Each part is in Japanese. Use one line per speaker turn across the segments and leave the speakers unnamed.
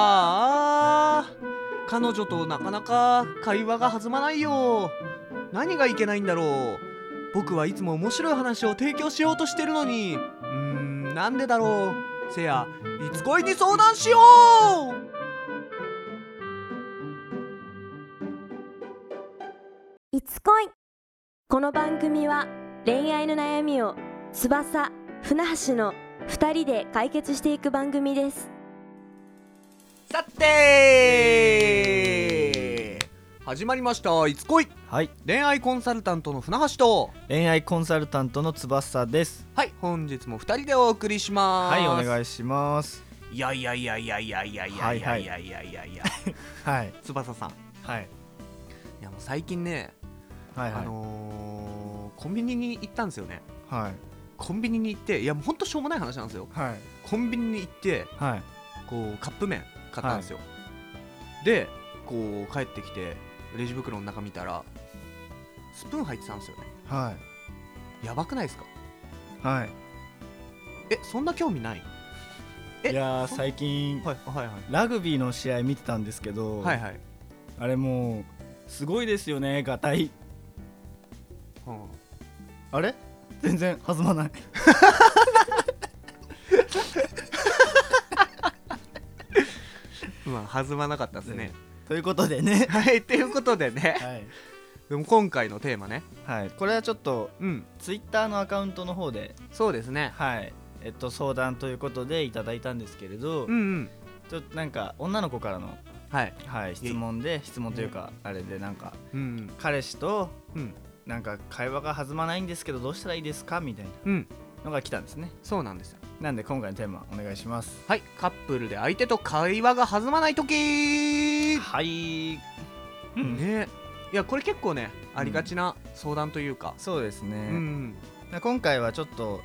あーあー彼女となかなか会話が弾まないよ何がいけないんだろう僕はいつも面白い話を提供しようとしてるのにうーんなんでだろうせやいつ恋に相談しよう
いつ恋この番組は恋愛の悩みを翼船橋の2人で解決していく番組です
さて始まりましたいつ恋
はい、
恋愛コンサルタントの船橋と
恋愛コンサルタントの翼です。
はい本日も2人でお送りしま
はい、
す
お
い
願いします。
いやいやいやいやいやいやいやいやいやいやいや いや
はい、
翼さんい
はい、
やもう最近ね、
はい、
あのーコンビニに行ったんですよね
はい、
コンビニに行っていやもうほんとしょうもない話なんですよ
はい、
コンビニに行って
はい、
こうカップ麺買ったんですよ、でこう帰ってきてレジ袋の中見たらスプーン入ってたんですよね
は
やばくないですか
い、はい。
えそんな興味ないえ
いやー、
そん
最近
はいはいはい
ラグビーの試合見てたんですけど、
はいはい、
あれもうすごいですよね、ガタイ。
うん
あれ？全然弾まない。
まあ弾まなかったですね。。
ということでね
はい、ということでね、
はい、
でも今回のテーマね、
はい、これはちょっと
うん、
ツイッターのアカウントの方で、
そうですね。
はい、えっと相談ということでいただいたんですけれど、
うんうん、
ちょっとなんか女の子からの
はい、
はい、質問で質問というか、あれでなんか
うん
彼氏と
うん、
なんか会話が弾まないんですけどどうしたらいいですかみたいな
うん、
のが来たんですね
そうなんですよ。
なんで今回のテーマお願いします
はい、カップルで相手と会話が弾まない時
はい、うん
ね、いやこれ結構ね、ありがちな相談というか、
そうですね
う、ん
な今回はちょっと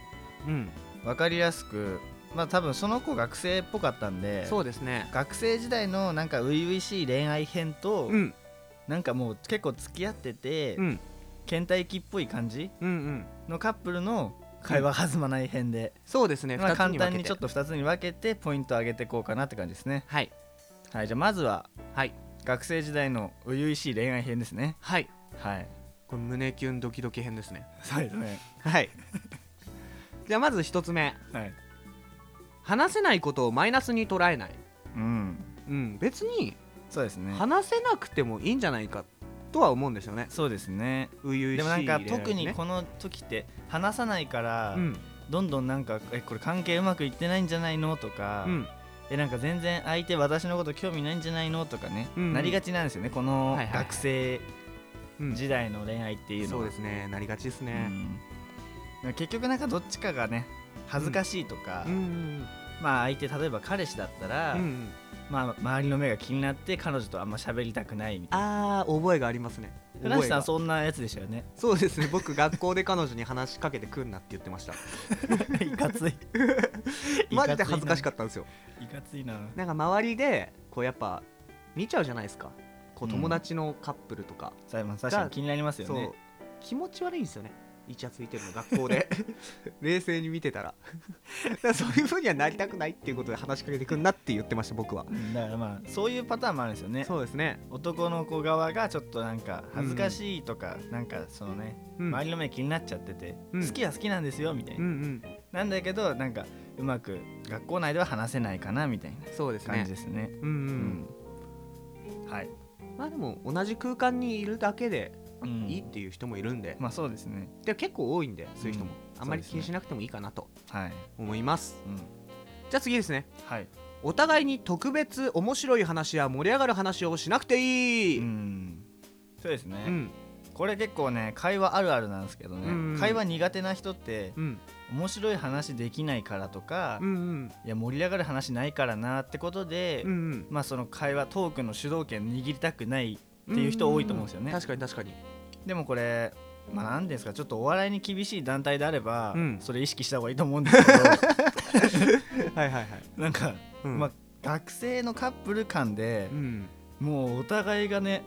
うん、
分かりやすくまあ多分その子学生っぽかったんで
そうですね。
学生時代のなんか初々しい恋愛編と、
うん
なんかもう結構付き合ってて、
うん
倦怠期っぽい感じ
うんうん、
のカップルの会話弾まない編で、
そうですね。
まあ、
二つ
簡
に分
単
け
に
て
ちょっ。と2つに分けてポイントを上げていこうかなって感じですね
はい
はいじゃあまずは
はい
学生時代の初々しい恋愛編ですね
はい、
はい
これ胸キュンドキドキ編ですね。
そうですね
はい。 じゃあまず一つ目。
はい
話せないことをマイナスに捉えない、
うん
うん、別に
そうですね
話せなくてもいいんじゃないかとは思うんですよね
そうですね
初々しい
でもなんか
恋愛
特に
ね
この時って話さないから、
うん
どんどんなんかえこれ関係うまくいってないんじゃないのとか、
うん
えなんか全然相手私のこと興味ないんじゃないのとかね、
うん
なりがちなんですよねこ
は
の
いはいはい
学生
うん
時代の恋愛っていうの
そ
は、
うですねなりがちです
う
ね
んだから結局なんかどっちかがね恥ずかしいとか、
うん
まあ相手例えば彼氏だったら、
うんうん
まあ、周りの目が気になって彼女とあんま喋りたくないみたい
あー覚えがありますね
な船橋
え
さ
が
んそんなやつでしたよ ね
そうですね僕学校で彼女に話しかけてくんなって言ってま した
いかつい
マジで恥ずかしか
っ
ったんですよ
たいかついな
なんか周りでこうやっぱ見ちゃうじゃないですかこう友達のカップルとか、
さあまあ確かに気になりますよ
そう
ね
気持ち悪いんですよねイチャついてるの学校 で冷静に見てたらだからそういうふうにはなりたくないっていうことで話しかけてくんなって言ってました僕は
うんだからまあそういうパターンもあるんですよね
そうですね、
男の子側がちょっとなんか恥ずかしいとか、なんかそのね、
うん、
周りの目気になっちゃってて、
うん
好きは好きなんですよみたいな、
うんうん
なんだけどなんかうまく学校内では話せないかなみたいな
そうです
感
ね
じですね
うんうん、
うんはい、
まあでも同じ空間にいるだけで
うん
いいっていう人もいるんで、
まあそうですね
で結構多いんでそういう人も、
うん
あんまり
そう
気
ですね
にしなくてもいいかなと
はい、
思います
うん、
じゃあ次ですね
はい
お互いに特別面白い話や盛り上がる話をしなくていい、
うんそうですね、
うん
これ結構ね会話あるあるなんですけどね、
うん
会話苦手な人って
うん
面白い話できないからとか、
うんうん
いや盛り上がる話ないからなってことで、
うんうん
まあその会話トークの主導権握りたくないっていう人多いと思うんですよね
確かに確かに
でもこれまあ何ですかちょっとお笑いに厳しい団体であれば、
うん
それ意識した方がいいと思うんですけ ど
はいはいはい、
なんか、
うん
まあ学生のカップル間で
う、ん、
もうお互いがね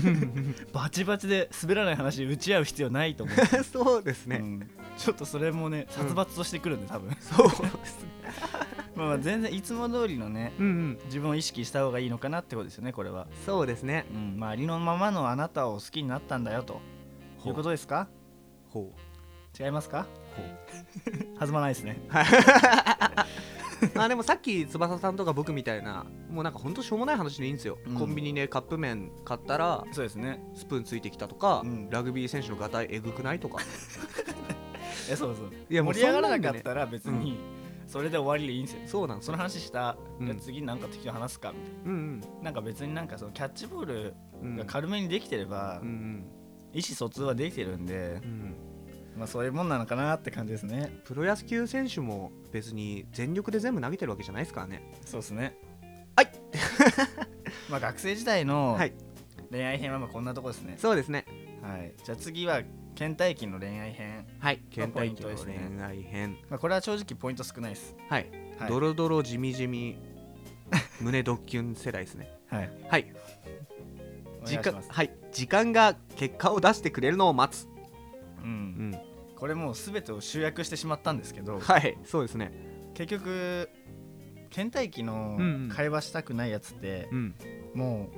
バチバチで滑らない話打ち合う必要ないと思う
そうです
う、んちょっとそれもね殺伐としてくるんで多分、
そうですね
まあまあ全然いつも通りのね
うんうん
自分を意識した方がいいのかなってことですよねこれは、
そうですね
うん、まあありのままのあなたを好きになったんだよということですか
ほう
違いま すか
ほう
弾まないですね
まあでもさっき翼さんとか僕みたいなもうなんかほんとしょうもない話でいいんですよ、
うん
コンビニでカップ麺買ったら
そうですね
スプーンついてきたとか、
うん
ラグビー選手のガタイえぐくないと か
えそうそう
いやもう
盛り上がらなか
そん
っ
なんでね
たら別にそれで終わりでいいんですよ、
そうなんです
そ
よ
の話した、
うん
じゃあ次なんか適当に話すかみたい
うん
ななんか別になんかそのキャッチボール
うんうん
が軽めにできてれば、
うんうん
意思疎通はできてるんで
う、ん
まあそういうもんなのかなって感じですね
プロ野球選手も別に全力で全部投げてるわけじゃないですからね
そうですね
はい
まあ学生時代の
はい
恋愛編はまあこんなとこですね、
そうですね
はい、じゃあ次は倦怠期の恋愛編、
はい倦
ポイ
怠
ン
期
ト
の
ですね
恋愛編
まあ、これは正直ポイント少ないです
はい、
はい
ドロドロじみじみ胸ドッキュン世代ですね
はい
はい
お願い
時
し
間
ます
はい時間が結果を出してくれるのを待つ、
う、
うんん、
これもう全てを集約してしまったんですけど
はいそうですね
結局倦怠期の
うんうん
会話したくないやつって、
うん
も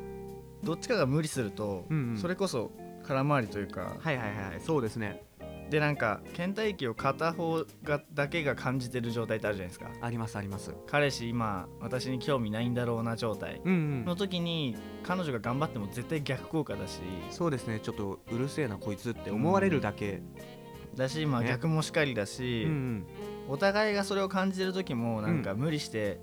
うどっちかが無理すると、
うんうん
それこそ空回りというか、
はいはいはいそうですね
でなんか倦怠期を片方がだけが感じてる状態ってあるじゃないですか
ありますあります
彼氏今私に興味ないんだろうな状態
うんう
の
ん
時に彼女が頑張っても絶対逆効果だし
そうですねちょっとうるせえなこいつって思われるだけ
だしまあ
ね
逆もしかりだ
う
し、
ん
お互いがそれを感じてる時もなんか無理して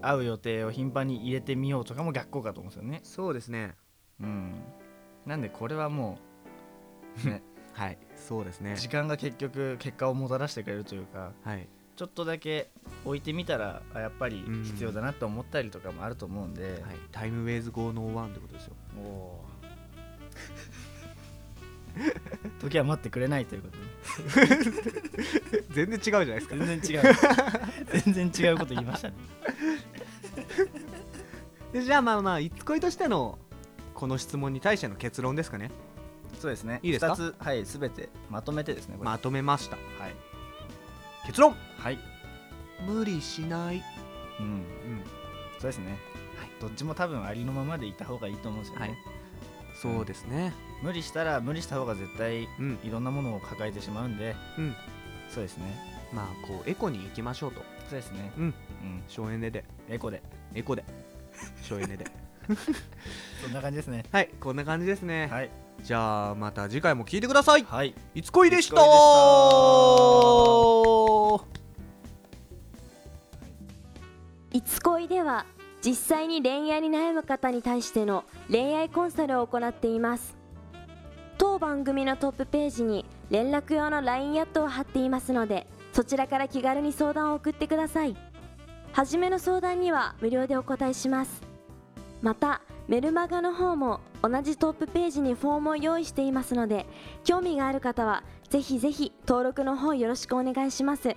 会う予定を頻繁に入れてみようとかも逆効果だと思うんですよね
そうですね
うんなんでこれはもう、 ね、
はいそうですね
時間が結局結果をもたらしてくれるというか
はい
ちょっとだけ置いてみたらあやっぱり
うん
必要だなと思ったりとかもあると思うんで、
はいタイムウェイズ501ってことですよ
おー時は待ってくれないということで
全然違うじゃないですか
全然違う 全然違うこと言いましたね
でじゃあまあまあいつ恋としてのこの質問に対しての結論ですかね
そうですね
いいですか
2つはい全てまとめてですねこれ、
まとめました
はい、
結論
はい
無理しない、
うん、
うん、
そうですね、
はい
どっちも多分ありのままでいた方がいいと思うんですよね、
はいそうですね
無理したら無理した方が絶対い
うん
ろんなものを抱えてしまうんで、
うん
そうですね
まあこうエコに行きましょうと
そうですね
うん
うん
省エネで
エコで
エコで省エネで
そんな感じですね
はいこんな感じですね、
はい
じゃあまた次回も聞いてください
はい
いつこいでした
いつこいで
いつ恋では実際に恋愛に悩む方に対しての恋愛コンサルを行っています当番組のトップページに連絡用の LINE アットを貼っていますのでそちらから気軽に相談を送ってください初めの相談には無料でお答えしますまたメルマガの方も同じトップページにフォームを用意していますので興味がある方はぜひぜひ登録の方よろしくお願いします